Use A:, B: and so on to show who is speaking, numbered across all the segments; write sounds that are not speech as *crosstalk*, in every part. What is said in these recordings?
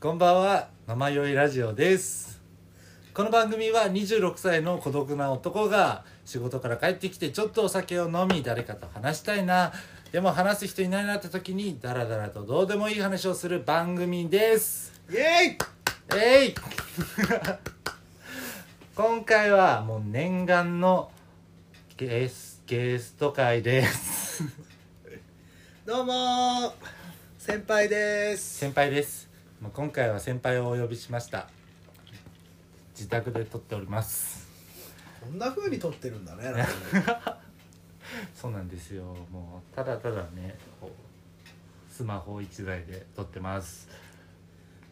A: こんばんは「まよいラジオ」ですこの番組は26歳の孤独な男が仕事から帰ってきてちょっとお酒を飲み誰かと話したいなでも話す人いないなって時にダラダラとどうでもいい話をする番組です
B: イエ
A: えい *laughs* 今回はもう念願のゲスゲスト会です
B: イどうもー先輩です
A: 先輩ですまあ今回は先輩をお呼びしました自宅で撮っております
B: こんな風に撮ってるんだねなんかね
A: *laughs* そうなんですよもうただただねこうスマホ1台で撮ってます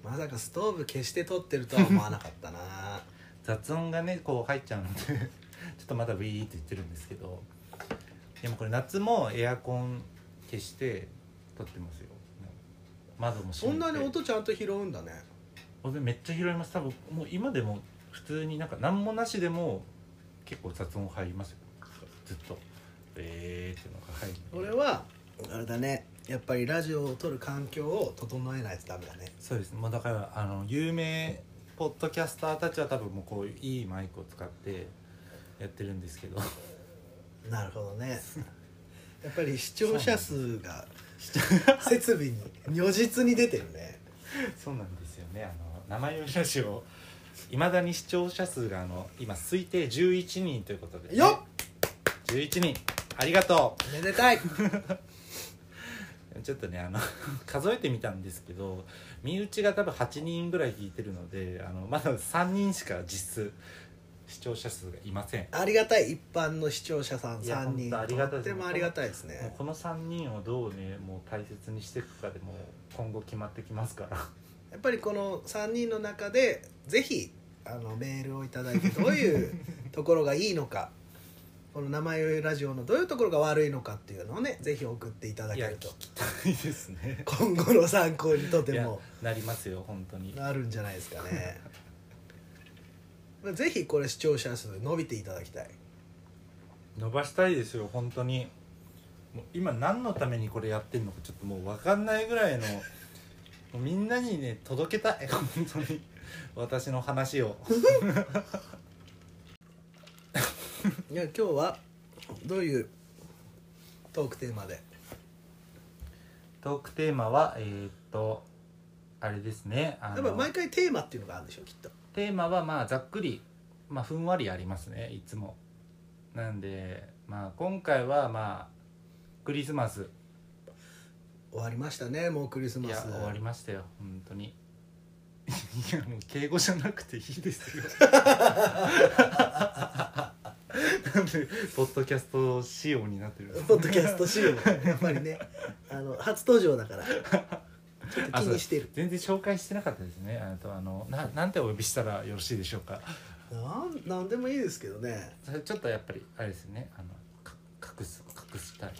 B: まさかストーブ消して撮ってるとは思わなかったな
A: 雑音がねこう入っちゃうので *laughs* ちょっとまだウィーって言ってるんですけどでもこれ夏もエアコン消して撮ってますよ窓も閉
B: そ
A: め
B: ん
A: て
B: なに音ちゃんと拾うんだね
A: 音めっちゃ拾います多分もう今でも普通になんか何もなしでも結構雑音入りますよずっとえーっていうのが入る
B: 俺はあれだねやっぱりラジオを撮る環境を整えないとダメだね
A: そうですねもうだからあの有名ポッドキャスターたちは多分もうこういういいマイクを使ってやってるんですけど *laughs*
B: なるほどねやっぱり視聴者数
A: *laughs*
B: が設備に如実に出てるね
A: そうなんですよねあの名前呼び出しをいまだに視聴者数があの今推定11人ということでね、
B: よ
A: 11人ありがと
B: っめでたい
A: うちょっとねあの *laughs* 数えてみたんですけど身内が多分8人ぐらい聞いてるのであのまだ3人しか実質視聴者数がいません
B: ありがたい一般の視聴者さん
A: いや
B: 3
A: 本
B: 人
A: 当ありがたいで
B: と
A: す
B: ってもありがたいです
A: もう
B: ね
A: この3人をどうねもう大切にしていくかでもう今後決まってきますから
B: やっぱりこの3人の中でぜひあのメールをいただいてどういうところがいいのか *laughs* この「名前を言うラジオ」のどういうところが悪いのかっていうのをねぜひ送っていただけると
A: いいです
B: *laughs*
A: ね
B: 今後の参考にとて
A: いや
B: も
A: なりますよ本当に
B: なるんじゃないですかね *laughs* ぜひこれ視聴者数伸びていただきたい
A: 伸ばしたいですよ本当にもう今何のためにこれやってるのかちょっともう分かんないぐらいのもうみんなにね届けたい本当に私の話を
B: いや今日はどういうトークテーマで
A: トークテーマはえーっとあれですねあ
B: 多分毎回テーマっていうのがあるんでしょきっと
A: テーマはまあざっくり、まあ、ふんわりありますねいつもなんで、まあ、今回はまあクリスマス
B: 終わりましたねもうクリス
A: い
B: マ
A: や
B: ス
A: 終わりましたよ本当にいやもう敬語じゃなくていいですよなんでポッドキャスト仕様になってるんです
B: ポッドキャスト仕様やっぱりねあの初登場だからちょっと気にしてる
A: 全然紹介してなかったですねあとあのななんてお呼びしたらよろしいでしょうか
B: なんなんでもいいですけどね、
A: それちょっとやっぱりあれですねあのか隠す隠したい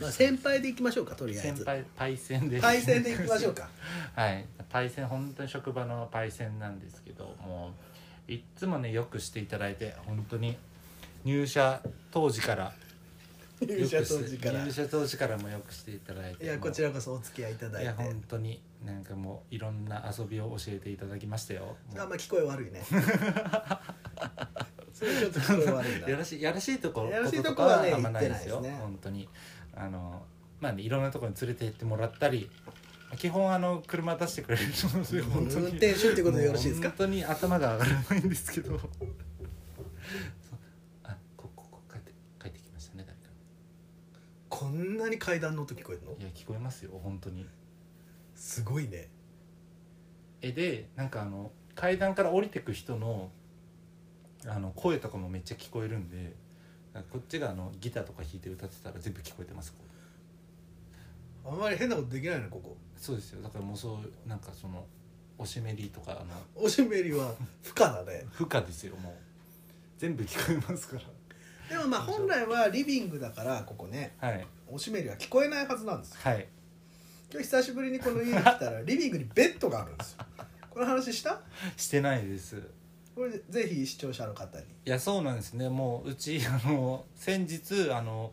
B: まあ、先輩でいきましょうかとりあえ
A: 先
B: ず
A: 輩パイセンで
B: 対戦でいきましょうか
A: *laughs* はい、パイセン本当に職場のパイセンなんですけどもういっつもねよくしていただいて本当に入社当時から
B: 入社当時か
A: よくして
B: ら
A: 入
B: い
A: 社当時からもよくしていただいて
B: やこち
A: ら
B: らこそお付き合いいただ
A: い
B: い
A: や
B: て
A: 本当になんかもういろんな遊びを教えていただきましたよ
B: あんま聞こえ悪
A: *laughs*
B: いねそれちょっと聞こえ悪いな
A: やらしいやらしいところ
B: やらしいとこはね
A: あんまないですよ
B: 言ってないですね
A: 本当にあのまあねいろんなところに連れて行ってもらったり基本あの車出してくれるので
B: 運
A: 本当に
B: 転手ってことでよろしいですか
A: もう本当に頭が上がらないんですけど *laughs* そうあこここ帰って帰ってきましたね誰か
B: こんなに階段の音聞こえるの
A: いや聞こえますよ本当に
B: すごいね
A: えでなんかあの階段から降りてく人のあの声とかもめっちゃ聞こえるんでなんかこっちがあのギターとか弾いて歌ってたら全部聞こえてますこう
B: あんまり変なことできないのここ
A: そうですよだからもうそうなんかそのおしめりとかあの
B: おしめりは不可だね
A: 負荷ですよもう全部聞こえますか
B: でもまあ本来はリビングだからここね
A: らはい
B: おしめりは聞こえないはずなんですよ
A: はい
B: 今日久しぶりにこの家に来
A: *laughs*
B: たらリビングにベッドがあるんですよこの話した
A: してないです
B: これぜひ視聴者の方に
A: いやそうなんですねもううちあの先日あの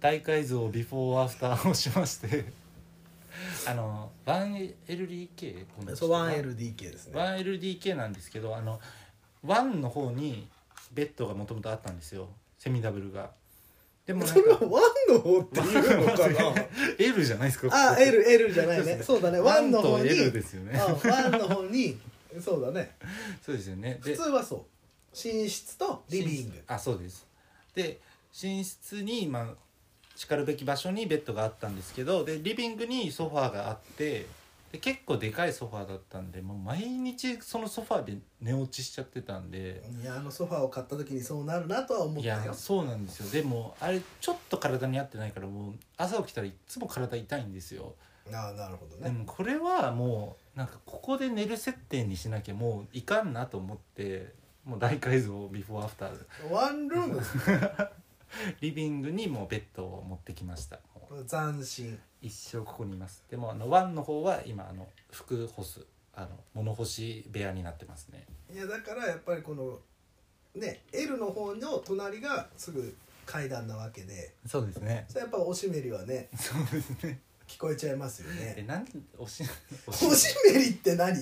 A: 大改造ビフォーアフターをしまして *laughs* あの 1LDK
B: そう 1LDK ですね
A: 1LDK なんですけどあの1の方にベッドがもともとあったんですよセミダブルがでもなん
B: そ
A: か
B: れは1の方っていうの
A: *laughs*
B: かな
A: L じゃないですか
B: あ LL じゃないねそうだね1
A: 1
B: の方
A: と
B: に
A: L ですよね
B: あワンの方にそうだね
A: そうですよね
B: 普
A: で
B: 通はそう寝室とリビン
A: 寝室
B: グ
A: あそうですで寝室にまあしかるべき場所にベッドがあったんですけどでリビングにソファーがあってで結構でかいソファーだったんでもう毎日そのソファーで寝落ちしちゃってたんで
B: いやあのソファーを買った時にそうなるなとは思っ
A: い
B: た
A: や
B: よ
A: そうなんですよでもあれちょっと体に合ってないからもう朝起きたらいっつも体痛いんですよ
B: ああなるほど
A: で
B: ね
A: もこれはもうなんかここで寝る設定にしなきゃもういかんなと思ってもう大改造ビフォーアフター
B: ワンルーム
A: リビングにもうベッドを持ってきましたもう
B: 斬新
A: 一生ここにいますでもあのワンの方は今あの服干すあの物干し部屋になってますね
B: いやだからやっぱりこのね L の方の隣がすぐ階段なわけで
A: そうですね
B: それやっぱおしめりはね
A: そうですね
B: 聞こえちゃいますよ
A: え
B: ね
A: なんお
B: *laughs*
A: しお
B: おしめりっ
A: *laughs*
B: て何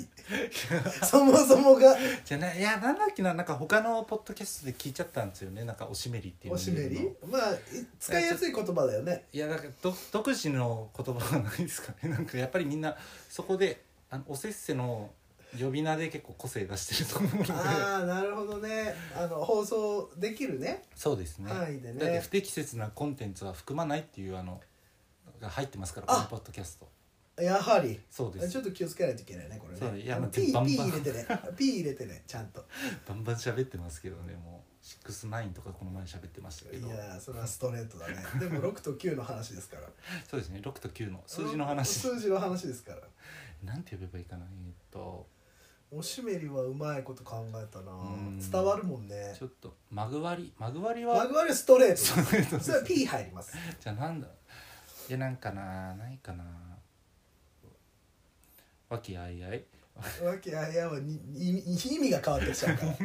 B: そもそもが
A: じゃないいやなんだっけななんか他のポッドキャストで聞いちゃったんですよねなんかおしめりっていう
B: お
A: の
B: し
A: 入れ
B: め
A: るの
B: りまあい使いやすい言葉だよね
A: いやなんかど独自の言葉がないですかねなん *laughs* かやっぱりみんなそこであのおせっせの呼び名で結構個性出してると思うので
B: ああなるほどねあの放送できるね
A: そうですね
B: 範囲でね
A: だって不適切なコンテンツは含まないっていうあのが入ってますからこ
B: あ
A: のポッドキャスト
B: やはり
A: そうです
B: ちょっと気をつけないといけないねこれ
A: そう
B: ね
A: いや
B: あの
A: まあ
B: P,
A: バンバン
B: P 入れてね P 入れてねちゃんと
A: バンバン喋ってますけどねもう69とかこの前喋ってましたけ
B: い
A: ど
B: やーそれはストレートだねでも6と9の話ですから
A: そうですね6と9の数字の話
B: 数字の話ですから
A: なんて呼べばいいかなえーっと
B: おしめりはうまいこと考えたな
A: うん
B: 伝わるもんね
A: ちょっとマグワリマグワリは
B: マグワリはストレート
A: そうです
B: それは P 入ります
A: じゃあなんだいやなんかなないかな和気あいあい
B: わけあいあいはにに意味が変わってきちゃう
A: *laughs*
B: から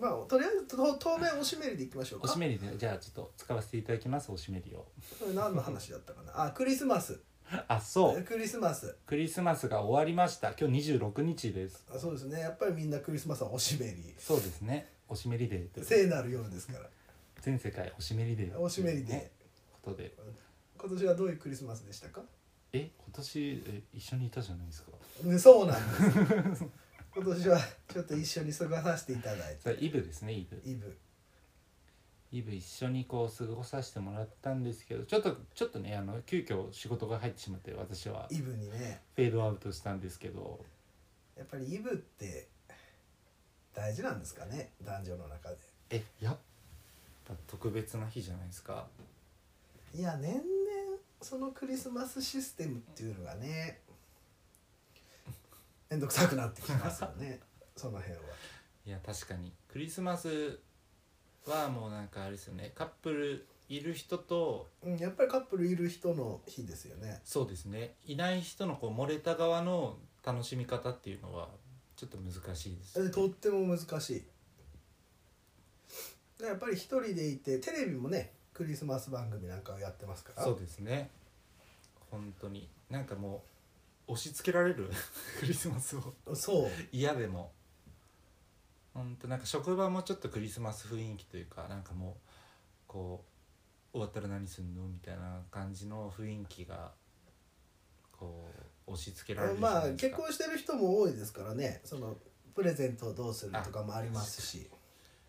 B: まあとりあえずと当面おしめりでいきましょう
A: お
B: か
A: しめりでじゃあちょっと使わせていただきますおしめりを
B: これ何の話だったかなあクリスマス
A: あそう
B: クリスマス
A: クリスマスが終わりました今日26日です
B: あそうですねやっぱりみんなクリスマスはおしめり
A: そうですねおしめりデーという
B: 聖なる夜ですから
A: 全世界おしめりデー
B: おしめりで
A: ねことで
B: 今年はどういうクリスマスでしたか、
A: え今年え一緒にいたじゃないですか
B: ね、そうなんです今年はちょっと一緒に過ごさせていただい
A: それイブですねイブ
B: てイブ
A: イブ一緒にこう過ごさせてもらったんですけどちょっとちょっとねあの急遽仕事が入ってしまって私は
B: イブにね
A: フェードアウトしたんですけど
B: やっぱりイブって大事なんですかね男女の中で
A: えやっぱ特別な日じゃないですか
B: いや年々そのクリスマスシステムっていうのがね面倒くさくなってきますよねその辺はい
A: や確かにクリスマスはもうなんかあれですよねカップルいる人と
B: うん、やっぱりカップルいる人の日ですよね。
A: そうですねいない人のこう漏れた側の楽しみ方っていうのはちょっと難しいです
B: えとっても難しい。でやっぱり一人でいてテレビもねクリスマス番組なんかをやってますから
A: そうですね本当になんかもう押し付けられる *laughs* クリスマスを
B: そう
A: 嫌でも本当なんか職場もちょっとクリスマス雰囲気というかなんかもうこう終わったら何すんのみたいな感じの雰囲気がこう押し付けられるじゃ
B: まあ
A: ないです
B: 結
A: か
B: 婚してる人も多いですからねそのプレゼントをどうするとかもありますし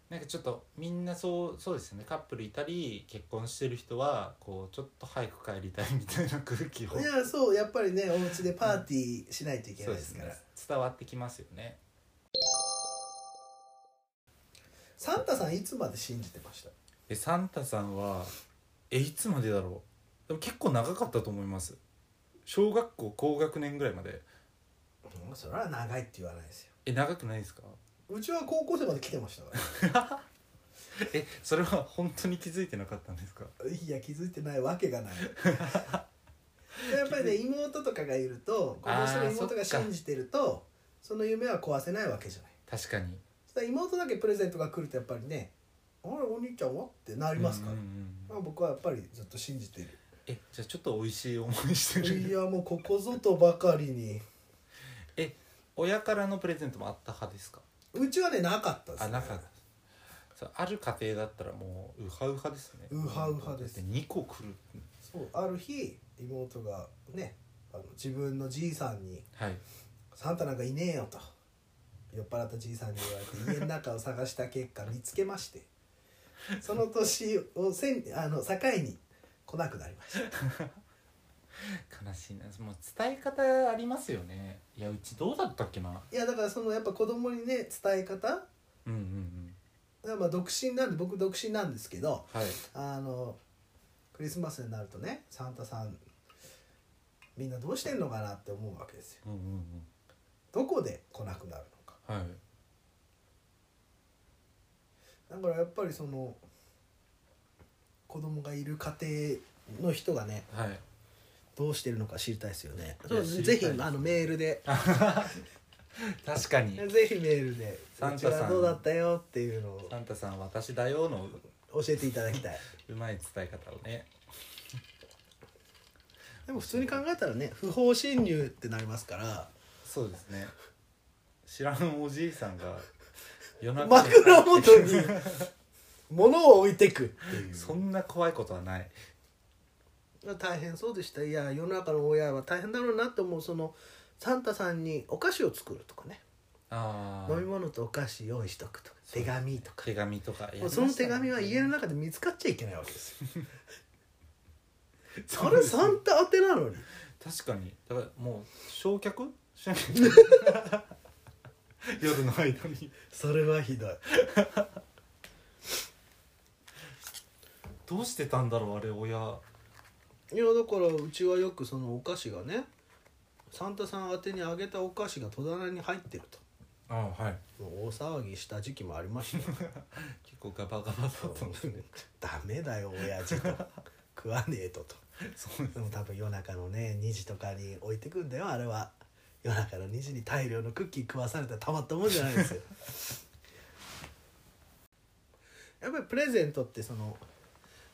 A: なんかちょっとみんなそうそうですよねカップルいたり結婚してる人はこうちょっと早く帰りたいみたいな空気を
B: いやそうやっぱりねお家でパーティーしないといけな
A: そう
B: い
A: で
B: ですすから、
A: ね伝わってきますよね
B: サンタさんいつまで信じてました
A: でサンタさんはえいつまでだろうでも結構長かったと思います小学校高学年ぐらいまで
B: うんそれは長いって言わないですよ
A: え長くないですか
B: うちは高校生まで来てましたから
A: えそれは本当に気づいてなかったんですか
B: いや気づいてないわけがない *laughs* やっぱりね妹とかがいるとこの人の妹が信じてるとその夢は壊せないわけじゃない
A: 確かに
B: そしたら妹だけプレゼントが来るとやっぱりね「あれお兄ちゃんは?」ってなりますから、
A: うんうんうん *laughs*
B: まあ、僕はやっぱりずっと信じてる
A: えじゃあちょっと美味しい思いして
B: い
A: る
B: やもうここぞとばかりに
A: え親からのプレゼントもあった派ですか
C: うちはねなかったです、
A: あ
C: ね、
A: なかったそうある家庭だったらもうウハウハですね
B: ウハウハです
A: だって2個来る
B: そうある日妹がねあの自分のじいさんに
A: はい
B: 「サンタなんかいねえよ」と酔っ払ったじいさんに言われて家の中を探した結果見つけましてその年をせんあの境に来なくなりました
A: 悲しいなもう伝え方ありますよねいやうちどうだったっけない
B: やだからそのやっぱ子供にね伝え方
A: うんうんうん
B: まあ独身なんで僕独身なんですけど
A: はい
B: あのクリスマスになるとねサンタさんみんなどうしてんのかなって思うわけですよ
A: うんうん
B: どこで来なくなるのか
A: うんはい
B: だからやっぱりその子供がいる家庭の人がね
A: はい
B: どうしてるのか知りたいですよね
A: いや知りた
B: ぜ
A: い
B: ひあのメールで
A: 確かに
B: ぜひメールで
A: サン
B: 「う
A: タ
B: ち
A: さん
B: はどうだったよ」っていうのを
A: サンタさん私だよの
B: 教えていただきたいう
A: まい伝え方をね
B: でも普通に考えたらね不法侵入ってなりますから
A: そうですね知らんおじいさんが夜中に
B: 枕元 *laughs* に物を置いてくってい
A: *laughs*
B: う
A: そんな怖いことはない
B: 大変そうでしたいや世の中の親は大変だろうなって思うそのサンタさんにお菓子を作るとかね
A: ああ
B: 飲み物とお菓子用意しとくとか手紙とか
A: 手紙とかやりました
B: そ
A: ね
B: の手紙は家の中で見つかっちゃいけないわけですよ *laughs* それサンタ宛てなのに
A: 確かにだからもう焼 *laughs* 却しなきゃ夜の間に
B: それはひどい
A: どうしてたんだろうあれ親
B: いやだからうちはよくそのお菓子がねサンタさん宛てにあげたお菓子が戸棚に入ってる
A: あはい
B: ともう大騒ぎした時期もありましたよ
A: 結構ガバガバだったんだね
B: ダメだよ親父 *laughs* と食わねえとと
A: そう
B: でも多分夜中のね2時とかに置いてくんだよあれは夜中の2時に大量のクッキー食わされたらたまったもんじゃないですよ *laughs* やっぱりプレゼントってその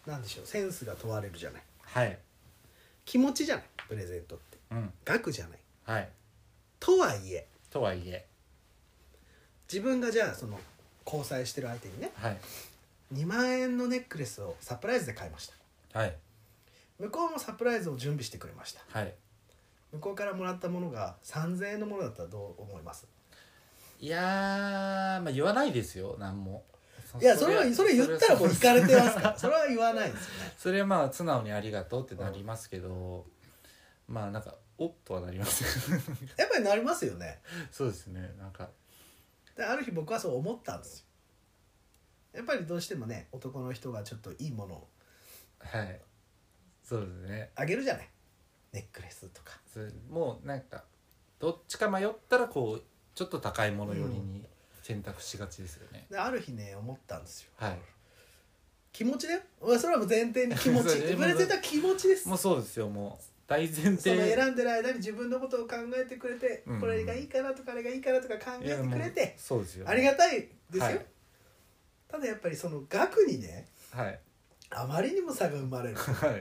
B: なんでしょうセンスが問われるじゃない
A: はい
B: 気持ちじゃないプレゼントって
A: うん
B: 額じゃない
A: はい
B: とはいえ
A: とはいえ
B: 自分がじゃあその交際してる相手にね
A: はい
B: 2万円のネックレスをサプライズで買いました
A: はい
B: 向こうもサプライズを準備してくれました
A: はい
B: 向こうからもらったものが3000円のものだったらどう思います
A: いやーまあ言わないですよ何も
B: いやそれはそれ言ったらもう
A: そ
B: 引かれてますから *laughs* それは言わないですよね
A: それはまあ素直にありがとうってなりますけど、まあなんかおっとはなります
B: *laughs* やっぱりなりますよね
A: そうですねなんか
B: である日僕はそう思ったんですよやっぱりどうしてもね男の人がちょっといいものを
A: はいそうですね
B: あげるじゃないネックレスとか
A: それもうなんかどっちか迷ったらこうちょっと高いものよりに選択しがちですよね、
B: である日ね思ったんですよ
A: はい
B: 気持ちねまあそれはもう前提に気持
A: そ
B: ち
A: れ
B: プレゼントは気持ちです
A: もうそうですよもう大前
B: その
A: 提
B: 選んでる間に自分のことを考えてくれて、
A: うん
B: これがいいかなとかあれがいいかなとか考
A: い
B: え
A: や
B: て
A: も
B: く
A: う
B: れて
A: そうですよ
B: ありがたいですよ、
A: はい
B: ただやっぱりその額にね *laughs*
A: はい
B: あまりにも差が生まれる
A: はい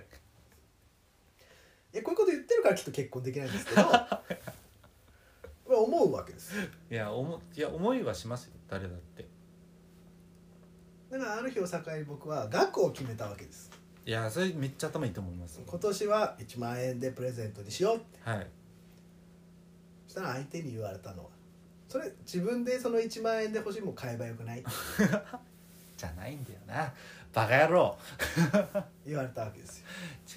B: いやこういうこと言ってるからきっと結婚できない
A: *laughs*
B: んですけどまあ思うわけですよ
A: いやおもいや思いはしますよ誰だって
B: だからある日を境に僕は額を決めたわけです
A: いやそれめっちゃ頭いいと思います
B: 今年は1万円でプレゼントにしようって
A: はい
B: そしたら相手に言われたのはそれ自分でその1万円で欲しいもの買えばよくないって
A: じゃないんだよなバカ野郎
B: 言われたわけです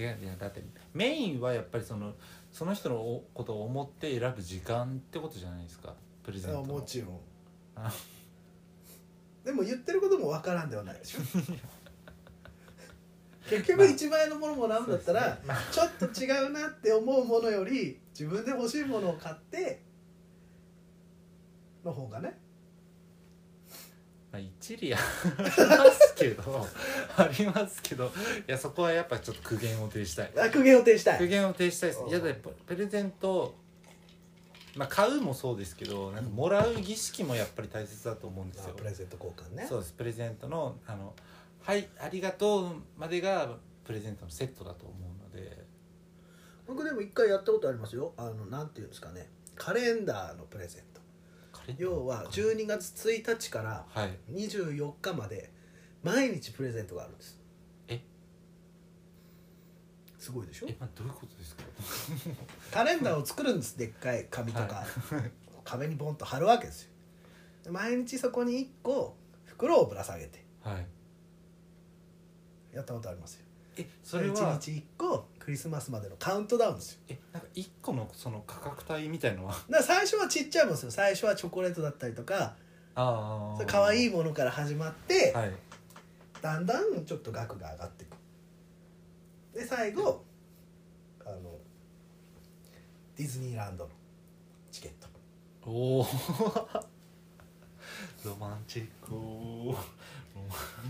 B: よ
A: 違ういやだってメインはやっぱりそのその人のおことを思って選ぶ時間ってことじゃないですかプレゼ
B: そ
A: ン
B: れ
A: ト
B: は
A: の
B: もちろん
A: あ
B: *laughs* でも言ってることもわからんではないでし
A: *laughs*
B: ょ *laughs* 結局1万円のものもらうんだったら、
A: まあ
B: ちょっと違うなって思うものより自分で欲しいものを買っての方がね
A: まあ、一理ありますけど *laughs* ありますけどいやそこはやっぱちょっと苦言を呈したい
B: 悪言を呈した
A: 苦
B: い
A: 言を呈したいですいやだってプレゼントまあ買うもそうですけどなんかもらう儀式もやっぱり大切だと思うんですよ
B: プレゼント交換ね
A: そうですプレゼントのあの「はいありがとう」までがプレゼントのセットだと思うので
B: 僕でも一回やったことありますよあのなんていうんですかねカレンダーのプレゼント
A: カレンダー
B: 要は12月1日から
A: はい
B: 24日まで毎日プレゼントがあるんです
A: え
B: すごいでしょ
A: え、まあ、どういうことですか
B: カレンダーを作るんですでっかい紙とか、 *laughs* 壁にボンと貼るわけですよで毎日そこに1個袋をぶら下げて
A: はい
B: やったことありますよ
A: えそれは
B: 1日1個クリスマスまでのカウントダウンですよ
A: えなんか一個のその価格帯みたいのは
B: *laughs* だから最初はちっちゃいもんですよ最初はチョコレートだったりとか
A: あ
B: それ可愛
A: い
B: いものから始まって、
A: はい
B: だんだんちょっと額が上がっていくで最後あのディズニーランドのチケット
A: おお *laughs* ロマンチックロマ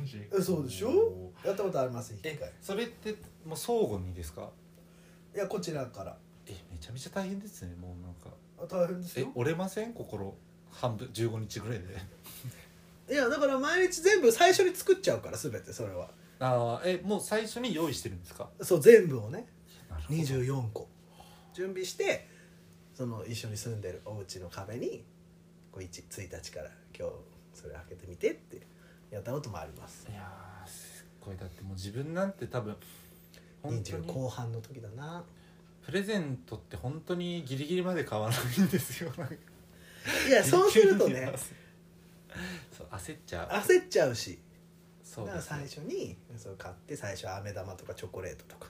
A: ンチック
B: えそうでしょやったことあります一回
A: えそれってもう相互にですか
B: いやこちらから
A: えめちゃめちゃ大変ですねもうなんか
B: あ大変です
A: え
B: よ
A: 折れません心半分15日ぐらいで
B: いやだから毎日全部最初に作っちゃうから全てそれは
A: ああえもう最初に用意してるんですか
B: そう全部をね
A: なるほど
B: 24個準備してその一緒に住んでるお家の壁にこう 1, 1日から今日それ開けてみてってやったこともあります
A: いやーすっごいだってもう自分なんて多分本当
B: 20
A: に
B: 後半の時だな
A: プレゼントって本当にギリギリまで買わないんですよ *laughs* なんか
B: いやそうする
A: *laughs*
B: と
A: ギリギリ
B: ね
A: までそう焦っちゃう
B: 焦っちゃうし
A: そうで
B: だから
A: すね
B: 最初にそう買って最初は飴玉とかチョコレートとか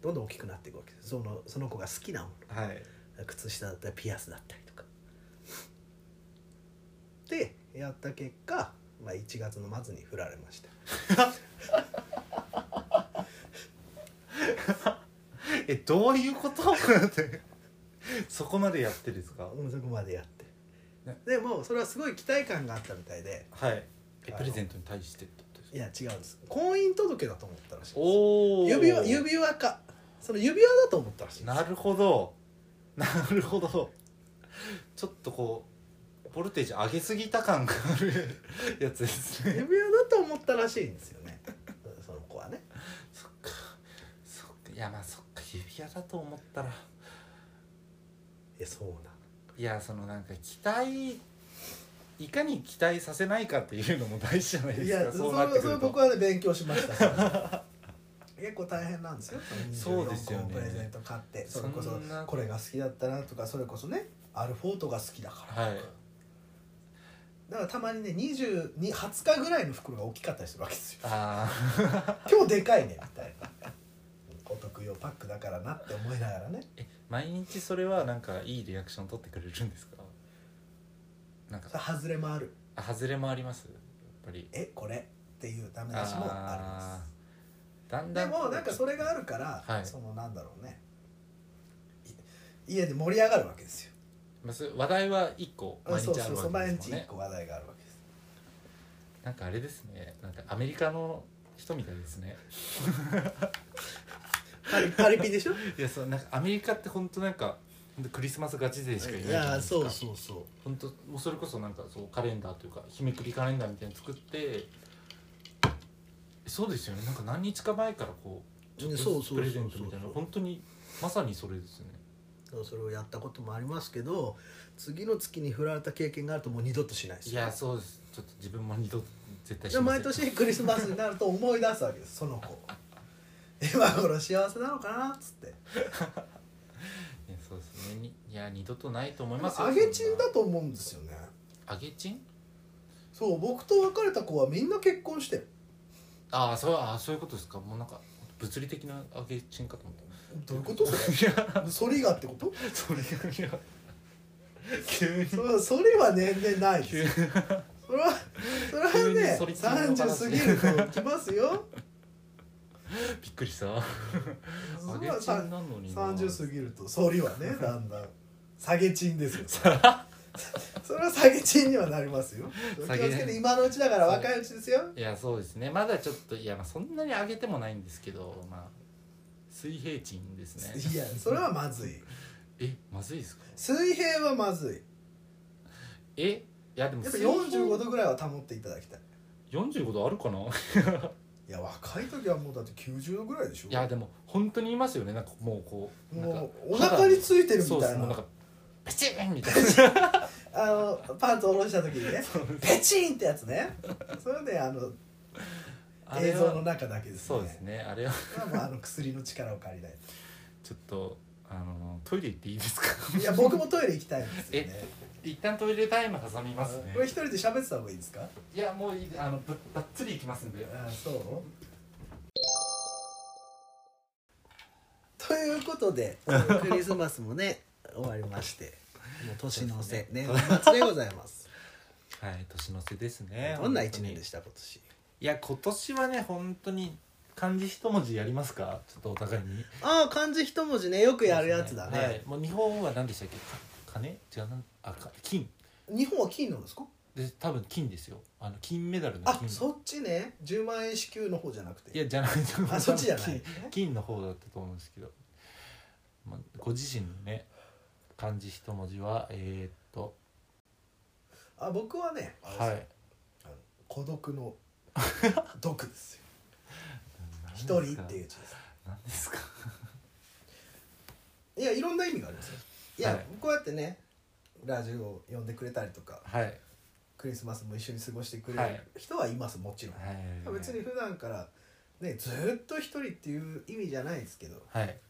B: どんどん大きくなっていくわけですそのその子が好きなも
A: はい
B: の靴下だったりピアスだったりとかでやった結果、まあ、1月の末に振られました
A: えどういうこと *laughs* ってそこまでやってるんですか
B: うんそこまでやって、
A: ね
B: でもそれはすごい期待感があったみたいで
A: はいえ
B: あの
A: プレゼントに対してってことです
B: い
A: か
B: や違うんです婚姻届だと思ったらしいです
A: おお
B: 指輪指輪かその指輪だと思ったらしいです
A: なるほどなるほどちょっとこうボルテージ上げすぎた感があるやつですね
B: 指輪だと思ったらしいんですよねその子はね
A: *laughs* そっかそっかいやまあそっか指輪だと思ったら
B: いやそうない
A: やそのなんか期待いかに期待させないかっていうのも大事じゃない
B: の
A: で
B: い
A: す
B: や
A: か
B: そ
A: そうなって
B: れ
A: く
B: それ
A: ると
B: 僕はね勉強しました結構大変なんですよ
A: そうですよね
B: 24個をプレゼント買ってそれこそ
A: そんな
B: これが好きだったなとかそれこそねアルフォートが好きだから
A: はい
B: だからたまにね20に20日ぐらいの袋が大きかったりするわけですよ
A: ああ
B: 今日でかいねみたいなお得用パックだからなって思いながらね
A: え毎日それはなんかいいリアクション取ってくれるんですかなんか
B: 外れもある
A: あ外れもありますやっぱり
B: えこれっていうダメ出しもあ
A: ーだ
B: り
A: ん
B: ま
A: だ
B: す
A: ん
B: でもなんかそれがあるから、
A: はい
B: そのなんだろうねい家で盛り上がるわけですよ
A: まあそれ話題は一個毎
B: そう
A: 日あ
B: そ
A: る
B: うそう
A: わけ
B: 毎
A: です
B: 日
A: もん
B: 一
A: ね
B: 個話題があるわけです
A: なんかあれですねなんかアメリカの人みたいですね
B: パリ *laughs* パリピでしょ
A: いやそうなんかアメリカって本当なんかほんとクリスマスガチ勢しかいない
B: い
A: じゃな
B: や
A: で
B: ー
A: すか
B: そうそうそう
A: 本当もうそれこそなんかそうカレンダーというか日めくりカレンダーみたいに作ってそうですよねなんか何日か前からこうちょっ
B: そう
A: とずつ
B: そうそう
A: プレゼントみたいな
B: そう
A: 本当にまさにそれですね
B: それをやったこともありますけど次の月に振られた経験があるともう二度としないです
A: い
B: よ
A: やそうですちょっと自分も二度と絶対
B: じゃあ
A: ませ
B: 毎
A: ん
B: 年クリスマスになると思い出す
A: *laughs*
B: わけですその子を今頃幸せなのかなっつって
A: いやそうですねにいや二度とないと思います
B: 揚げチン
A: そ
B: だと思うんですよね
A: な揚げチン
B: そう僕と別れた子はみんな結婚してる
A: ああそうあーそういうことですかもうなんか物理的な揚げチンかと思った
B: どういうこ
A: *laughs*
B: とそ
A: いや
B: れソリがってこと
A: それがいや急に
B: そソリは年々ない
A: 急
B: で
A: に
B: すそれはそれ
A: 急に
B: は
A: ソ
B: ね
A: リチンの話
B: 30過ぎるときますよ
A: びっくりした
B: そ
A: 揚
B: れ
A: げ
B: は
A: チン
B: さ
A: なのにな
B: 30過ぎるとソリはねだんだん下げチンですよそれは下げチンにはなりますよ気をつ
A: 下げ
B: けて今のうちだから若いうちですよ
A: *laughs* いやそうですねまだちょっといやまあそんなに上げてもないんですけどまあ水平賃ですね
B: いやそれはまずい
A: えまずいですか
B: 水平はまず
A: えいやでも
B: いやっぱ
A: 水平
B: 45度ぐらいは保っていただきたい
A: 45度あるかな
B: いや若い時はもうだって90度ぐらいでしょ
A: いやでも本当にいますよねなんかもうこうなんか
B: もうお腹についてるみ
A: そうで
B: た
A: す
B: い
A: も
B: な
A: うなんかペチンみたいな
B: あのパンツ下ろした時にねペチンってやつねそれであの
A: あれ
B: 映
A: は
B: 像の中だけですね
A: そうですねあれは
B: まあもうあの薬の力を
A: *laughs*
B: 借りない
A: ちょっとあのトイレ行っていいですか
B: といや僕もトイレ行きたいんですよね
A: 一旦トイレタイム挟みますね
B: これ一人で喋ってた方がいいですか
A: いやもういいあのぶばっつり行きますんで
B: あそうということで
C: クリスマスもね終わりましてもう年の瀬年末でございます
A: はい年の瀬です *laughs* ね
C: どんな一年で
A: し
C: した今年
A: いや今年はね本当に漢字一文字やりますかちょっとお互いに
C: ああ漢字一文字ねよくやるやつだね
A: はい、もう日本は何でしたっけか金違うなあか金
B: 日本は金なんですか
A: で多分金ですよあの金メダルの
B: あ
A: 金
B: そっちね10万円支給の方じゃなくて
A: いやじゃない
B: あそっちじゃない
A: 金金の方だったと思うんですけど、まあ、ご自身のね漢字一文字はえー、っと
B: あ僕はねあれですよ
A: はい
B: あの孤独
A: *laughs*
B: の毒ですよ一
A: 何です
B: 人
A: か
B: っていう字です
A: 何ですか
B: いやいろんな意味がありますよいや、
A: はい
B: こうやってねラジオを呼んでくれたりとか
A: はいはい
B: クリスマスも一緒に過ごしてく
A: は
B: れ
A: い
B: る人はいますもちろん、別に普段からねずっと一人っていう意味じゃないですけど
A: はい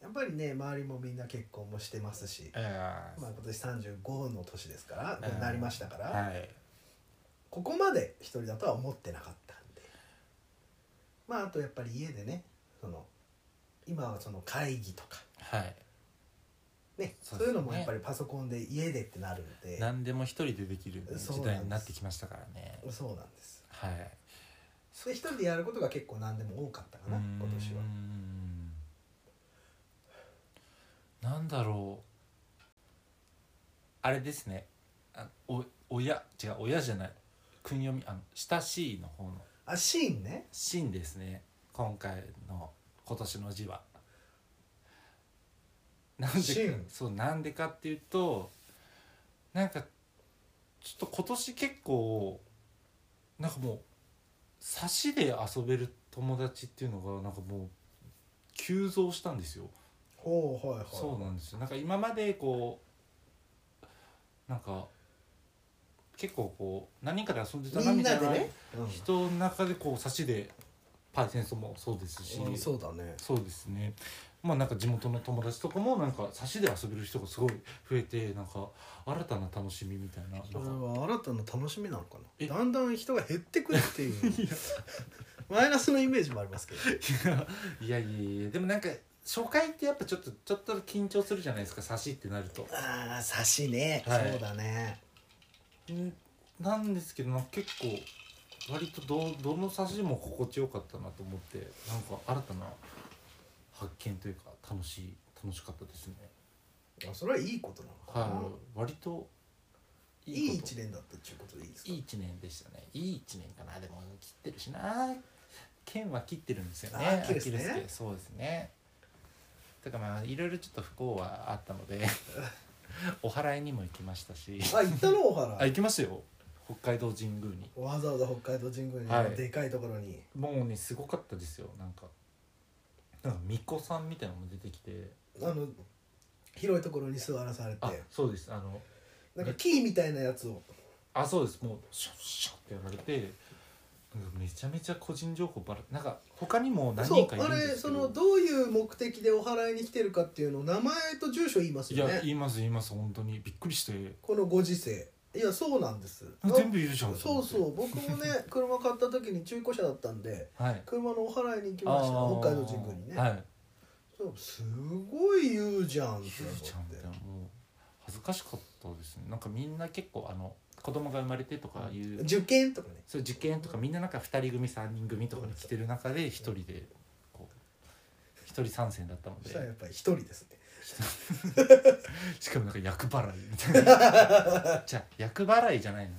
B: やっぱりね周りもみんな結婚もしてますし、
A: えー
B: まあ、今年35の年ですから、
A: うん
B: なりましたから、
A: はい
B: ここまで一人だとは思ってなかったんでまああとやっぱり家でねその今はその会議とか
A: はい
B: ね
A: そ
B: そう
A: です
B: う
A: ね
B: いうのもやっぱりパソコンで家でってなるんで
A: 何でも一人でできる
B: そう
A: 時
B: なんで
A: 代
B: す
A: になってきましたからね
B: そうなんです
A: はい
B: で一人でやることが結構何でも多かったかな今年は
A: うーんなんだろうあれですねあお親違う親じゃない訓読みあの親しいの方の
B: あシーンね
A: シンですね今回の今年の字はなんで
B: 真
A: そうなんでかっていうとなんかちょっと今年結構なんかもう差しで遊べる友達っていうのがなんかもう急増したんですよ
B: ほうはいはい
A: そうなんですよなんか今までこうなんか結構こう何人かで遊んでたな
B: みん
A: みた
B: ない
A: な
B: でね、
A: 人の中でこう差しでパイセンスもそうですし、
B: うんそうだね
A: そうですねまあなんか地元の友達とかもなんか差しで遊べる人がすごい増えてなんか新たな楽しみみたいな
C: これ
A: なんか
C: は新たな楽しみなのか
A: え
C: なだんだん人が減ってくるっていうマイナスのイメージもありますけど
A: いやいやいやでもなんか初回ってやっぱちょっとちょっと緊張するじゃないですか差しってなると。
C: ああ差しね、
A: はい
C: そうだね
A: んなんですけどなんか結構割とどどの差しも心地よかったなと思ってなんか新たな発見というか楽しい楽しかったですね。
B: あそれはいいことなのかな、
A: はい、割と
B: い、
A: こ
B: い
A: と
B: 一年だったっていうことでいいですか
A: いい1年でしたねいい1年かなでも切ってるしな剣は切ってるんですよね
B: あアキレスね
A: ア腱そうですねだからまあいろいろちょっと不幸はあったの *laughs* でお祓いにも行きました *laughs* し
B: あ行ったのおは
A: あ行きましたよ北海道神宮に
B: わざわざ北海道神宮に、
A: はい
B: でかいところに
A: もうねすごかったですよなんかなんか巫女さんみたいなのも出てきて
B: あの広いところに座らされて
A: あそうですあの
B: なんかキーみたいなやつを
A: あそうですもうシュッシュッってやられてなんかめちゃめちゃ個人情報ばらなんか他にも何
B: そ
A: 人
B: う
A: かいる
B: あ
A: んで
B: れ
A: すけ
B: そ
A: ど
B: のどういう目的でお祓いに来てるかっていうのを名前と住所言います
A: い
B: よ
A: や
B: ね
A: 言います言います本当にびっくりして
B: このご時世いやそうなんです
A: 全部いるじゃん
B: そうそう僕もね
A: *laughs*
B: 車買った時に中古車だったんで
A: うはい
B: 車のお祓いに行き
A: あ
B: ました
A: ー
B: 北海道神宮にね、
A: はい
B: そうすごい言うじゃんって
A: ゆうちゃんってもう恥ずかしかったですねなんかみんな結構あの子供が生まれてとかいう、
B: 受験とかね
A: そういう受験とかみんななんか2人組3人組とかに来てる中で一人でこう一人参戦だったの
B: そしたらや
A: で
B: っぱり一人ですね
A: しかもなんか厄払いみたいな
B: *laughs*
A: じゃあ厄払いじゃないな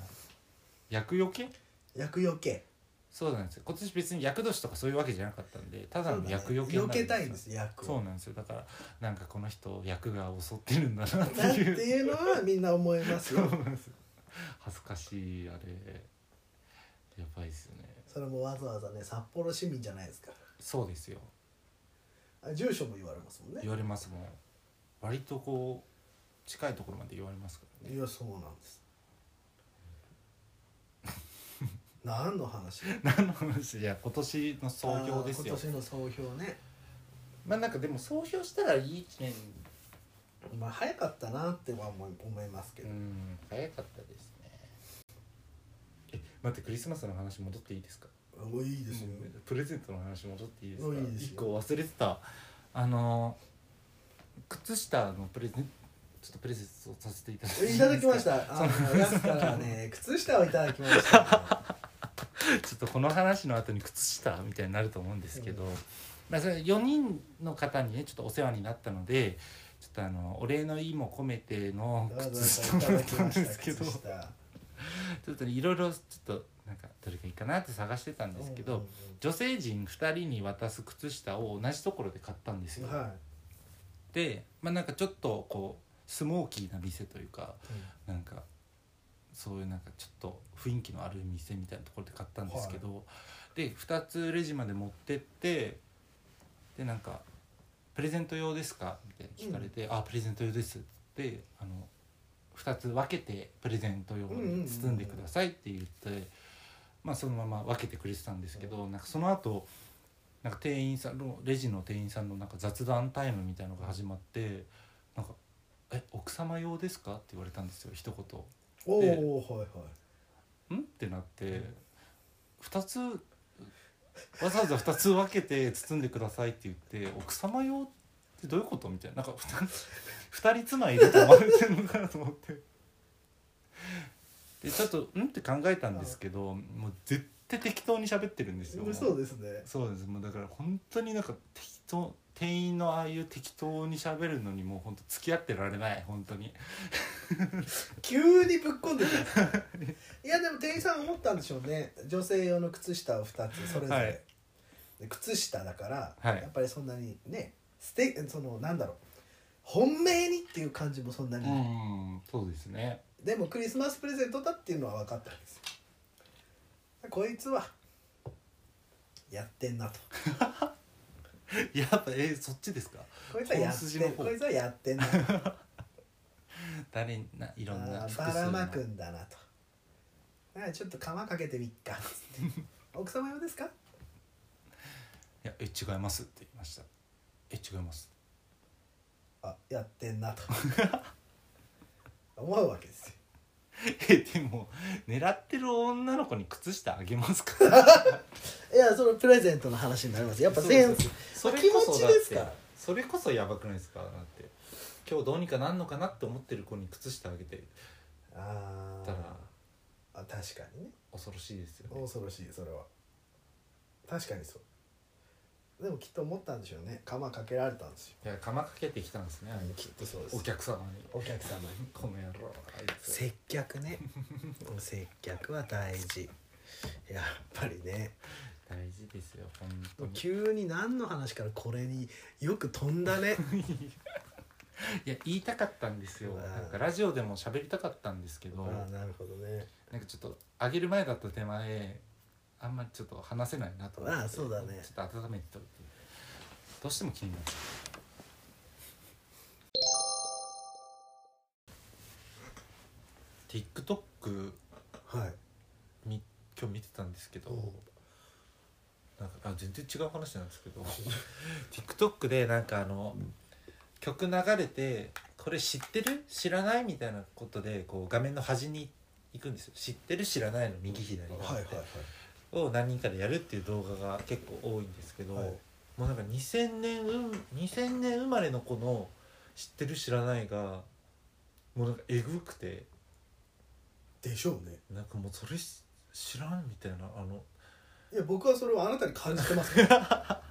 A: 厄除け
B: 厄除け
A: そうなんですよ今年別に厄年とかそういうわけじゃなかったんでただの厄除け
B: 避
A: になる
B: けたいんです厄
A: そう
B: を
A: なんですよだからなんかこの人役が襲ってるんだなって
B: だって *laughs*
A: いう
B: いうのはみんな思いま
A: *laughs*
B: す
A: そう
B: よ
A: なんです恥ずかしいあれやばいですよね
B: それもわざわざね札幌市民じゃないですか
A: そうですよ
B: あ住所も言われますもんね
A: 言われますもん割とこう近いところまで言われますからね *laughs*
B: いやそうなんです何の話
A: 何の話いや今年の総評ですよ
B: あー今年の総評ね
A: まあなんかでも総評したらいい一年
B: まあ早かったなっては思い思いますけ
A: う
B: ど、
A: ん早かったですねえ待ってクリスマスの話戻っていいですか
B: おいいですよ、
A: プレゼントの話戻っていいですか
B: あいいですよ
A: 一個忘れてたあの靴下のプレゼンちょっとプレゼントをさせていただいて
B: いただきましたたあのやすからね靴下をいただきました
A: *laughs* ちょっとこの話の後に靴下みたいになると思うんですけど、まあ、それ4人の方にねちょっとお世話になったのでちょっとあのお礼の意も込めての
B: わざわ
A: 靴下
B: ざいた
A: だ
B: だ
A: っ
B: き
A: たん
B: ま
A: で
B: し
A: す
B: た
A: けどち
B: 靴下
A: ょっとねいろいろちょっとなんかどれがいいかなって探してたんですけど、女性陣2人に渡す靴下を同じところで買ったんです
B: うん
A: よ。
B: うんうんはい
A: でまあなんかちょっとこうスモーキーな店というかなんかそういうなんかちょっと雰囲気のある店みたいなところで買ったんですけど、で2つレジまで持ってってでなんか「プレゼント用ですか?」みたいに聞かれて「あプレゼント用です」ってあの2つ分けてプレゼント用に包んでくださいって言って、まあそのまま分けてくれてたんですけど、なんかその後なんか店員さんのレジの店員さんのなんか雑談タイムみたいのが始まってなんか「え奥様用ですか?」って言われたんですよ一言。
B: お
A: で
B: おはいはい
A: んってなって2つわざわざ2つ分けて包んでくださいって言って奥様用ってどういうことみたいななんか 2, 人妻いると思われてるのかなと思ってでちょっとんって考えたんですけどもう絶対適当に喋ってるんですよ
B: そうですね
A: そうですもうだから本当になんか適当店員のああいう適当に喋るのにもう本当付き合ってられない本当に
B: 急にぶっこんでくるいやでも店員さん思ったんでしょうね女性用の靴下を2つそれぞれ、
A: はい
B: で靴下だから、
A: はい
B: やっぱりそんなにねステそのなんだろう本命にっていう感じもそんな
A: う
B: に、
A: んそうですね
B: でもクリスマスプレゼントだっていうのは分かったんですよこいつはやってんなと
A: やっぱえそっちですか
B: こいつはや
A: 本
B: って
A: 筋の
B: ん
A: 方
B: こいつはやってん *laughs* なと
A: 誰にないろんな
B: あー
A: 複
B: ば
A: 数
B: らま
A: の
B: くんだなとなんかちょっと釜かけてみっか *laughs* つって奥様用ですか
A: いやえ違いますって言いましたえ違います *laughs*
B: あやってんなと思うわけですよ
A: えでも狙ってる女の子に靴下あげます
B: *laughs*
A: か
B: いやそのプレゼントの話になりますやっぱセンス
A: それこそだっ
B: 気持ちです
A: て
B: から
A: それこそやばくないですかだって今日どうにかなんのかなって思ってる子に靴下あげて
B: あ
A: た
B: ー
A: ら
B: あ確かにね
A: 恐ろしいですよね
B: 恐ろしいそれは確かにそうでもきっと思ったんでしょうね釜かけられたんですよ
A: いや釜かけてきたんですねあの
B: きっとそうで
A: お客様に
B: お客様に
A: この野郎あいつ
B: 接客ね接客は大事やっぱりね
A: 大事ですよ本当に
B: 急に何の話からこれによく飛ん
A: *laughs*
B: だね
A: いや言いたかったんですよ
B: うん
A: なんかラジオでも喋りたかったんですけど
B: ああなるほどね
A: なんかちょっと上げる前だった手前あんまりちょっと話せないなと思って
B: ああそうだね
A: ちょっと温めておいてどうしても気になっちゃう TikTok
B: はい
A: み今日見てたんですけど、
B: うん
A: なんかあ全然違う話なんですけど *laughs* TikTok でなんかあの、曲流れてこれ知ってる知らないみたいなことでこう画面の端に行くんですよ知ってる知らないの右左があって、
B: はいはいはい
A: を何人かでやるっていう動画が結構多いんですけど、
B: はい
A: もうなんか2000年うん2000年生まれの子の知ってる知らないがもうなんかえぐくて
B: でしょうね
A: なんかもうそれし知らんみたいなあの
B: いや僕はそれをあなたに感じてます *laughs* から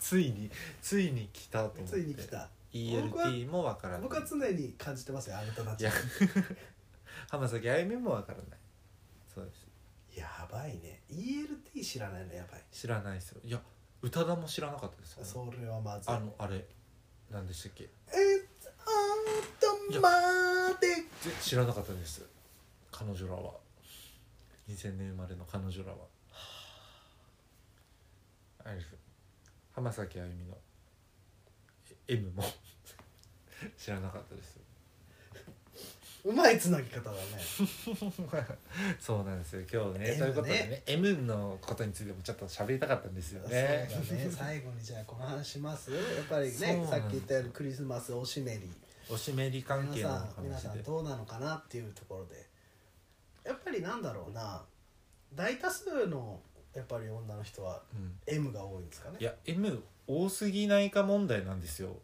A: ついについに来たと思って
B: ついに来た
A: ELT もわからない
B: 僕は常に感じてますよあなたた
A: い
B: ち
A: や *laughs* 浜崎あゆみもわからないそうです
B: やばいね ELT 知らないのやばい
A: 知らないですよいや宇多田も知らなかったです
B: それはまずい
A: あのあれなんでしたっけ
B: 「えあんたまで
A: ぜ知らなかったです彼女らは2000年生まれの彼女らはあれです浜崎あゆみのえ M も *laughs* 知らなかったです
B: うまいつなぎ方だね
A: *laughs* そうなんですよ今日ね
B: M
A: ということでね M のことについてもちょっと喋りたかったんですよね
B: そうだね最後にじゃあこの話しますやっぱり
A: そうなん
B: ね
A: です
B: さっき言ったようにクリスマスおしめり
A: おしめり関係
B: 皆
A: の
B: さん皆
A: 話
B: さん
A: で
B: どうなのかなっていうところでやっぱりなんだろうな大多数のやっぱり女の人は
A: うん、
B: M が多いんですかね
A: いや M 多すぎないか問題なんですよ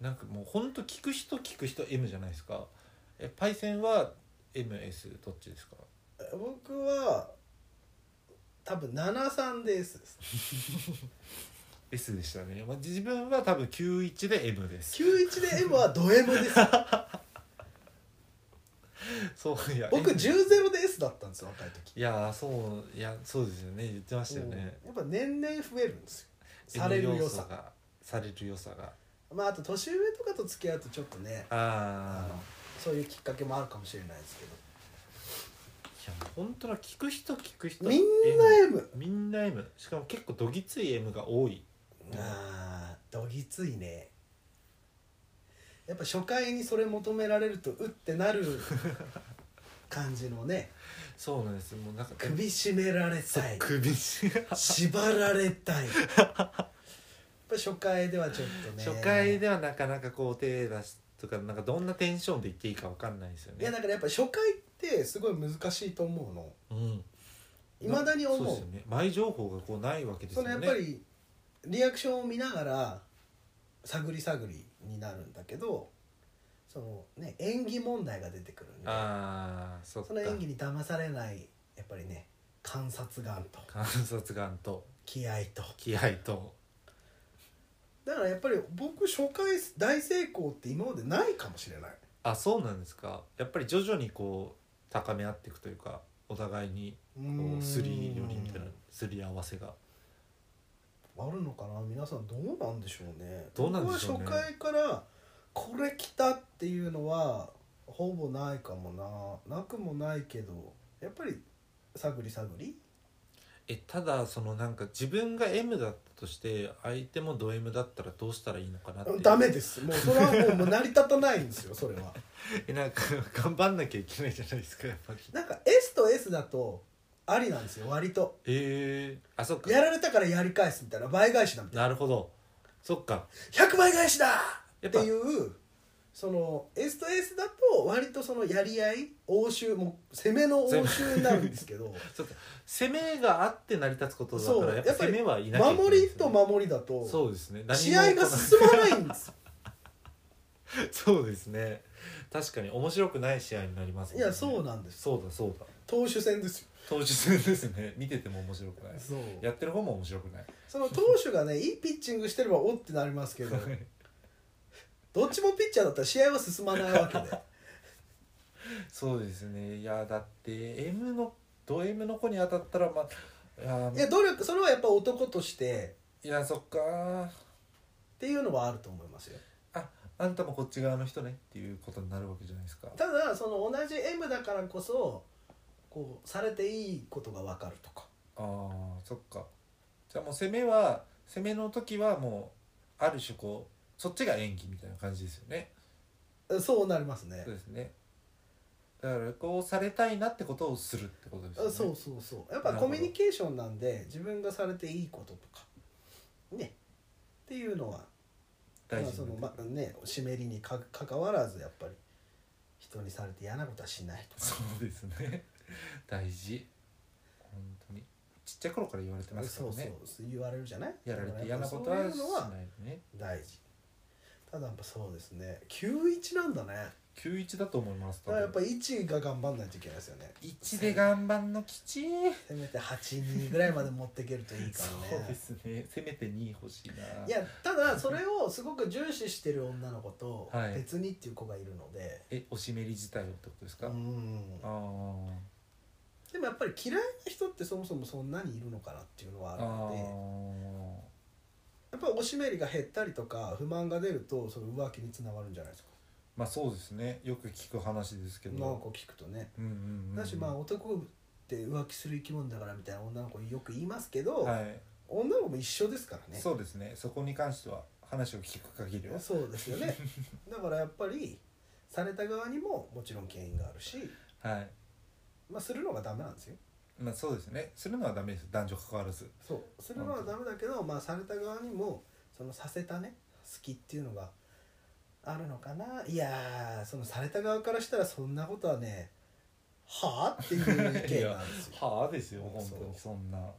A: なんかもうほんと聞く人聞く人 M じゃないですかえパイセンは MS どっちですか
B: 僕は多分73で S です
A: *laughs* S でしたね、まあ、自分は多分91で M です
B: 91で M はド M です
A: そういや
B: 僕
A: M
B: 10ゼロで S だったんですよ若い時
A: いやーそういやそうですよね言ってましたよね
B: うんやっぱ年々増えるんですよさ
A: M
B: れる
A: 要
B: 良
A: 素
B: さ
A: がされる良さが
B: まああと年上とかと付き合うとちょっとねあ
A: ああ
B: のそういうきっかけもあるかもしれないですけど
A: いや本当だ聞く人聞く人
B: みんな
A: M
B: M
A: みんな M しかも結構どぎつい M が多い
B: あーどぎついねやっぱ初回にそれ求められるとうってなる感じのね
A: そうなんですもうなんか
B: 首絞められ
A: そう
B: たい *laughs*
A: 首し
B: 縛られたいやっぱ初回ではちょっとね
A: 初回ではなかなかこう手出すとかなんかどんなテンションで言っていいかわかんないですよ
B: いやだ
A: ね。
B: からやっぱ初回ってすごい難しいと思うの
A: うん。
B: いまだに思う
A: そうですよね。前情報がこうないわけです
B: そ
A: よ
B: の
A: ね。
B: やっぱりリアクションを見ながら探り探りになるんだけどそのね演技問題が出てくるんで
A: ああ、そっか
B: その演技に騙されないやっぱりね観察眼と
A: 観察眼と
B: 気合と
A: 気合と。
B: だからやっぱり僕初回大成功って今までないかもしれない
A: あ、そうなんですか。やっぱり徐々にこう高め合っていくというか、お互いに
B: う
A: こ
B: ん
A: うすり寄りみたいなすり合わせが。
B: あるのかな皆さんどうなんでしょうね
A: どうなんでしょうね
B: 僕は初回からこれ来たっていうのはほぼないかもななくもないけどやっぱり探り探り
A: え、ただそのなんか自分が M だったとして相手もド M だったらどうしたらいいのかなっていう。
B: ダメですもうそれはもうもう成り立たないんですよそれは
A: えなんか *laughs* 頑張んなきゃいけないじゃないですかやっぱり
B: なんか S と S だとありなんですよ割と
A: ええあそっか
B: やられたからやり返すみたいな倍返しなんて
A: なるほどそっか
B: 100倍返しだ
A: やっ
B: っ
A: てぱ
B: いうその S と S だと割とそのやり合い応酬もう攻めの応酬になるんですけど
A: そっか攻めがあって成り立つことだ
B: そ
A: から
B: う
A: やっぱ
B: やっぱり
A: 攻めはいなきゃいけない
B: 守りと
A: 守
B: 守りだと
A: そうですね何も
B: 試合が進まないんです
A: *laughs* そうですね確かに面白くない試合になりますも
B: い
A: んね
B: やそうなんです
A: そうだそうだ
B: 投手戦ですよ
A: 当日ですね見てても面白くない
B: そう
A: やってる方も面白くない
B: その投手がねいいピッチングしてればおってなりますけどどっちもピッチャーだったら試合は進まないわけで
A: そうですねいやだって M のド M の子に当たったらまあいや
B: いや努力それはやっぱ男として
A: いやそっか
B: っていうのはあると思いますよ
A: ああんたもこっち側の人ねっていうことになるわけじゃないですか
B: ただその同じ M だからこそこうされていいことが分かるとか
A: あーそっかじゃあもう攻めは攻めの時はもうある種こうそっちが演技みたいな感じですよね
B: そうなりますね
A: そうですねだからこうされたいなってことをするってことですよね
B: そうそうそうやっぱ
A: なるほ
B: コ
A: ど
B: ミュニケーションなんで自分がされていいこととかねっていうのは
A: 大
B: まあ
A: 事
B: そ
A: な
B: の
A: んだ
B: まあね湿りにかかかわらずやっぱり人にされて嫌なことはしないとか
A: そうですね *laughs* 大事本当にちっちゃい頃から言われてますか
B: そ
A: ら
B: う
A: ね
B: そう言われるじゃない
A: やられて嫌なこと
B: だ
A: は
B: か
A: し
B: ら
A: な
B: やっぱそういうのはい
A: ね
B: 大事ただやっぱそうですね91なんだね
A: 91だと思います
B: だからやっぱ1が頑張んないといけないですよね
A: 1で頑張んのきちい
B: せめて82ぐらいまで持っていけるといいか
A: そ
B: ら
A: う
B: ね
A: ですねせめて2欲しいない
B: やただそれをすごく重視してる女の子と
A: はい
B: 別にっていう子がいるので、
A: えおしめり自体をってことですか、
B: うん
A: あー
B: でもやっぱり嫌いな人ってそもそもそんなにいるのかなっていうのはあ
A: あ
B: るのでやっぱりおしめりが減ったりとか不満が出るとその浮気につながるんじゃないですか
A: まあそうですねよく聞く話ですけ
B: なんか
A: ど
B: 聞くとね
A: うんうんうん
B: だしまあ男って浮気する生き物だからみたいな女の子よく言いますけど、
A: はい
B: 女の子も一緒ですからね
A: そうですねそこに関しては話を聞く限りは
B: そうですよ
A: *laughs*
B: ねだからやっぱりされた側にももちろん原因があるし、
A: はい
B: まあ、するのがダメなんですよ
A: まあそうですねするのはダメです男女関わらず
B: そうするのはダメだけど、まあ、された側にもそのさせたね好きっていうのがあるのかないやーそのされた側からしたらそんなことはねはあっていう意見なんです
A: い
B: よ
A: やはあですよ本
B: そう
A: 当にそんな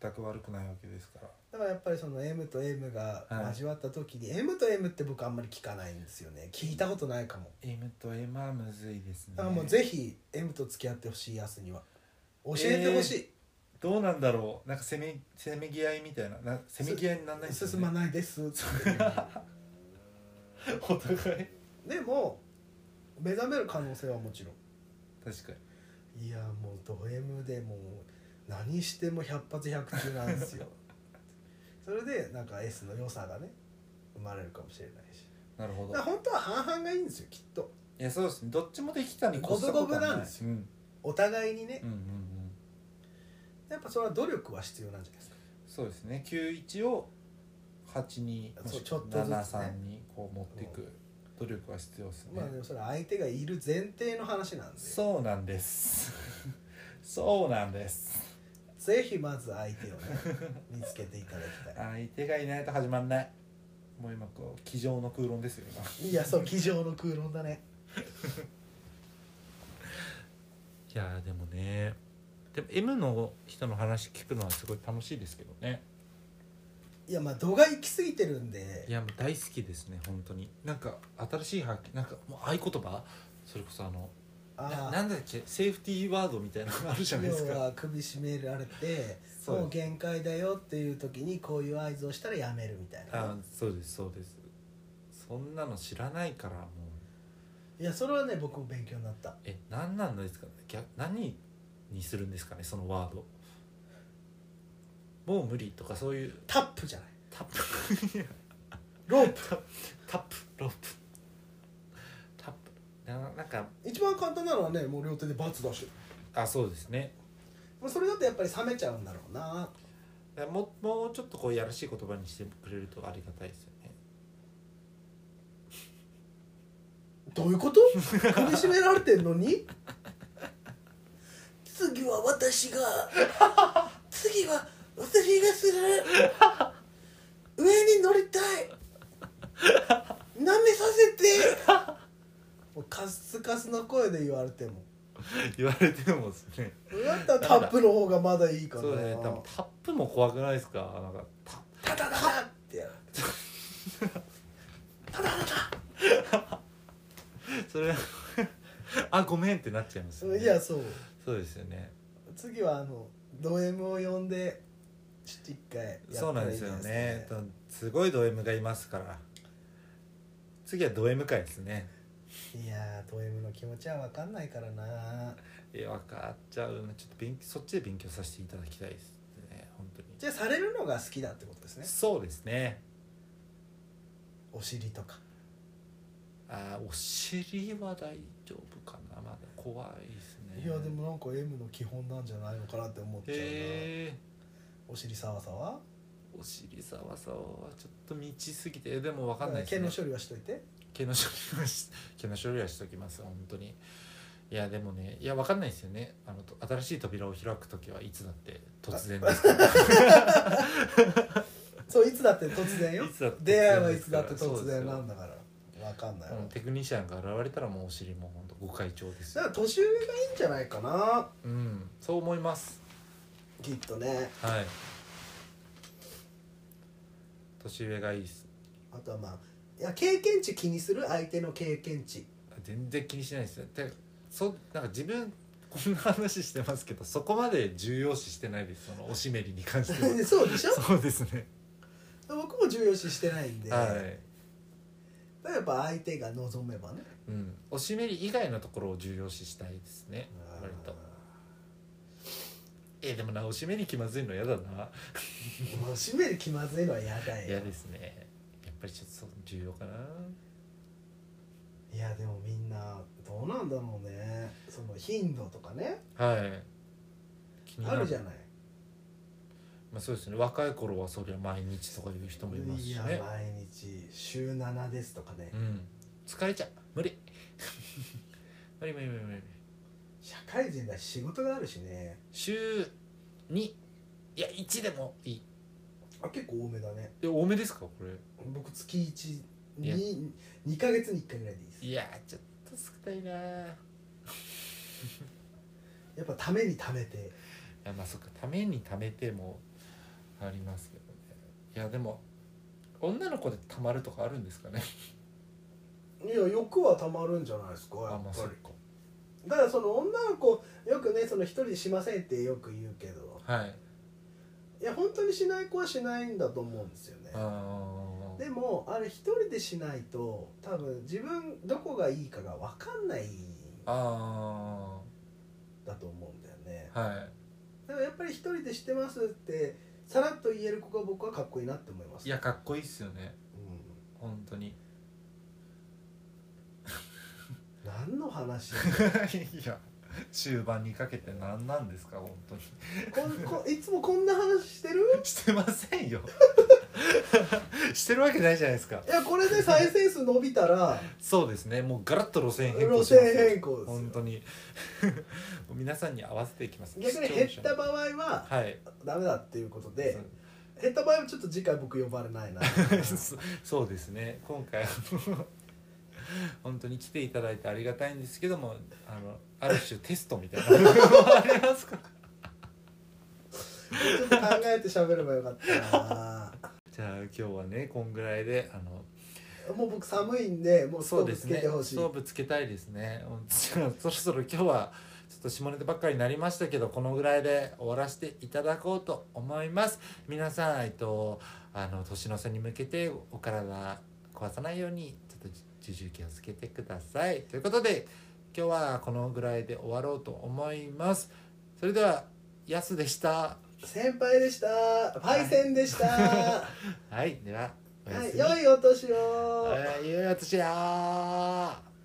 A: 全く悪くないわけですから
B: だからやっぱりその M と M が交わった時に、M と M って僕あんまり聞かないんですよね聞いたことないかも
A: M と M はむずいですね
B: だからもうぜひ M と付き合ってほしいやつには教えてほしい、
A: どうなんだろうなんかせめせめぎ合いみたいななせめぎ合いにならないですよね
B: 進まないです
A: お互い
B: *laughs* でも目覚める可能性はもちろ
A: 確かに
B: んいやもうド M でもう何しても百発百中なんで
A: *laughs*
B: すよそれでなんか S の良さがね生まれるかもしれないし
A: なるほ
B: だ
A: ど
B: から本当は半々がいいんですよきっと
A: いやそうですねどっちもできたに越したことは
B: 五分五分
A: な
B: ないんです
A: よ、うん、
B: お互いにね
A: うんうんうん
B: やっぱそれは努力は必要なんじゃないですか
A: そうですね91を82も
B: そ
A: し
B: う
A: く
B: ちょ
A: は
B: っとずつね
A: 73にこう持っていく努力は必要ですね、
B: まあでもそれは相手がいる前提の話なんで
A: そうなんですそうなんです
B: ぜひまず相手をね
A: *laughs*
B: 見つけていただきた
A: 相手がいないと始まんないもう今こう机上の空論ですよ今
B: いいやそう机上の空論だね
A: いやーでもねでも M の人の話聞くのはすごい楽しいですけどね
B: いやまあ度が行き過ぎてるん
A: い
B: で
A: やもう大好きですね本当になんか新しい発見なんかもう合言葉それこそあのな
B: あ
A: なんだっけセーフティーワードみたいなのあるじゃないです
B: 要
A: か
B: は首絞められて
A: そうです
B: もう限界だよっていう時にこういう合図をしたらやめるみたい
A: あ
B: な
A: そうですそうですそんなの知らないからもう
B: いやそれはね僕も勉強になった
A: え何なんですかね逆何にするんですかねそのワードもう無理とかそういう
B: タップじゃない
A: タップいや
B: ロープ
A: タップロープタップななんか
B: 一番簡単なのはねもう両手でバツ出してる
A: あそうですね
B: もうそれだとやっぱり冷めちゃうんだろうな
A: だからももうちょっとこうやらしい言葉にしてくれるとありがたいですよね
B: どういうこと首絞められてんのに次は私が次は私がする上に乗りたい舐めさせてもうカスカスの声で言われても
A: *laughs* 言われてもですね
B: それだったらタップの方がまだいいかな
A: そうね多分タップも怖くないですかなんかタッ
B: タタタタってやる
A: プそれ *laughs* あごめんってなっちゃいますよね
B: いやそう
A: そうですよね
B: 次はあのド M を呼んでちょっと一回やったらいい
A: そうなんですよねすごいド M がいますから次はド M 会ですね
B: いやード M の気持ちは分かんないからない
A: や分かっちゃうなちょっと勉そっちで勉強させていただきたいですね本当に
B: じゃあされるのが好きだってことですね
A: そうですね
B: お尻とか
A: あーお尻は大丈夫かなまだ怖いですね
B: いやでもなんか M の基本なんじゃないのかなって思っちゃうな、
A: へえ
B: お尻さわさわ
A: お尻さわさわはちょっと道すぎてでも分かんないです、
B: 毛
A: ね、
B: の処理はしといて
A: 毛の処理はし毛の処理はしときます本当にいやでもねいやわかんないですよねあのと新しい扉を開く時はいつだって突然
B: *laughs*
A: ですから
B: そういつだって突然よ
A: いつだって突然ですから
B: 出会いはいつだって
A: そう
B: 突
A: ですよ
B: 然なんだから分かんない、
A: うんテクニシャンが現れたらもうお尻も本当ご会長です
B: だか
A: よ
B: ら年上がいいんじゃないかな
A: うんそう思います
B: きっとね
A: はい年上がいいです
B: あとはまあいや経験値気にする相手の経験値
A: 全然気にしないですねでそなんか自分こんな話してますけどそこまで重要視してないですそのおしめりに関しては
B: *laughs* そうでしょ
A: *laughs* そうですね
B: 僕も重要視してないん
A: *laughs*
B: で、
A: はい
B: だからやっぱ相手が望めばね
A: うん、おしめり以外のところを重要視したいですね割とえでもなおしめり気まずいの嫌だな
B: もう締める気まずいのは嫌だよ
A: 嫌ですねやっぱりちょっとそう重要かない
B: やでもみんなどうなんだろうねその頻度とかね
A: はい気にな
B: あ
A: る
B: るじゃない
A: まあ、そうですね若い頃はそりゃ毎日とかいう人もいます
B: い
A: し
B: や
A: ね、
B: 毎日週7ですとかね
A: うん、疲れちゃう無理無理無理無理無理
B: 社会人だし仕事があるしね
A: 週2いや1でもいい
B: あ結構多めだね
A: え多めですかこれ
B: 僕月1
A: いや
B: に2ヶ月に1回ぐらいでいいです
A: いやーちょっと少ないなーい
B: やっぱためにためて
A: やまあそっかためにためてもありますけどねいやでも女の子でたまるとかあるんですかね
B: いや欲はたまるんじゃないですか
A: あ
B: や
A: まあ
B: っ
A: そっ
B: ぱりだからその女の子よくねその一人しませんってよく言うけど
A: かはい
B: いや本当にしない子はしないんだと思うんですよね
A: あー
B: でもあれ一人でしないと多分自分どこがいいかが分かんないん
A: あ
B: だと思うんだよね
A: ーはい
B: だからやっぱり一人でしてますってさらっと言える子が僕はかっこいいなって思います
A: いやかっこいいっすよね
B: う
A: 本当に *laughs*
B: ん、何の話
A: いや終盤にかけて何なんですか本当に
B: こん *laughs* こいつもこんな話してる
A: してませ
B: *laughs*
A: んよしてるわけないじゃないですか
B: いやこれで再生数伸び
A: *laughs*
B: たら
A: そうですねもうガラッと路線変更
B: 路
A: しま
B: 線
A: す
B: 変更です
A: 本
B: よ
A: 当に *laughs* もう皆さんに合わせていきます
B: 逆に減った場合は
A: はい *laughs*
B: ダメだっていうことで
A: そう
B: 減った場合はちょっと次回僕呼ばれな
A: *laughs*
B: いな
A: そそうですね今回あの本当に来ていただいてありがたいんですけどもあのある種テストみたいなのもありますから
B: ちょっと考えて喋ればよかったな
A: *laughs* じゃあ今日はねこんぐらいであの
B: もう僕寒いんでもうス
A: そ
B: ト
A: う
B: ー
A: で
B: ブつ
A: す
B: け
A: ね
B: てほし
A: ス
B: い、
A: トーブつけたいですねうん *laughs* じゃあそろそろ今日はちょっと下ネタばっかりになりましたけどこのぐらいで終わらせていただこうと思います皆さんえっとあの年の差に向けてお体壊さないようにちょっと自重気をつけてくださいということで今日はこのぐらいで終わろうと思いますそれではやすでした
B: 先輩でしたパイセ
A: *laughs*
B: ンでした、は
A: はいではおやす
B: い、
A: み、
B: 良いお年を、
A: あいいよ私やー